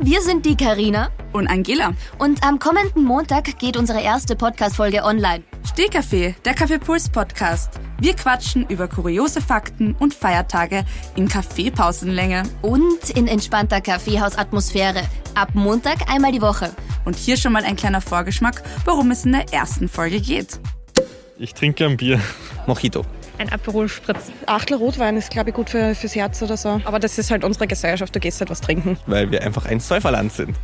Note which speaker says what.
Speaker 1: Wir sind die Karina
Speaker 2: Und Angela.
Speaker 1: und am kommenden Montag geht unsere erste Podcast-Folge online.
Speaker 2: Stehkaffee, der Kaffeepuls-Podcast. Wir quatschen über kuriose Fakten und Feiertage in Kaffeepausenlänge.
Speaker 1: Und in entspannter Kaffeehausatmosphäre. Ab Montag einmal die Woche.
Speaker 2: Und hier schon mal ein kleiner Vorgeschmack, worum es in der ersten Folge geht.
Speaker 3: Ich trinke ein Bier.
Speaker 4: Mojito.
Speaker 5: ein Aperol Spritz.
Speaker 6: Achtel Rotwein ist, glaube ich, gut für, fürs Herz oder so. Aber das ist halt unsere Gesellschaft, du gehst halt was trinken.
Speaker 4: Weil wir einfach ein Säuferland sind.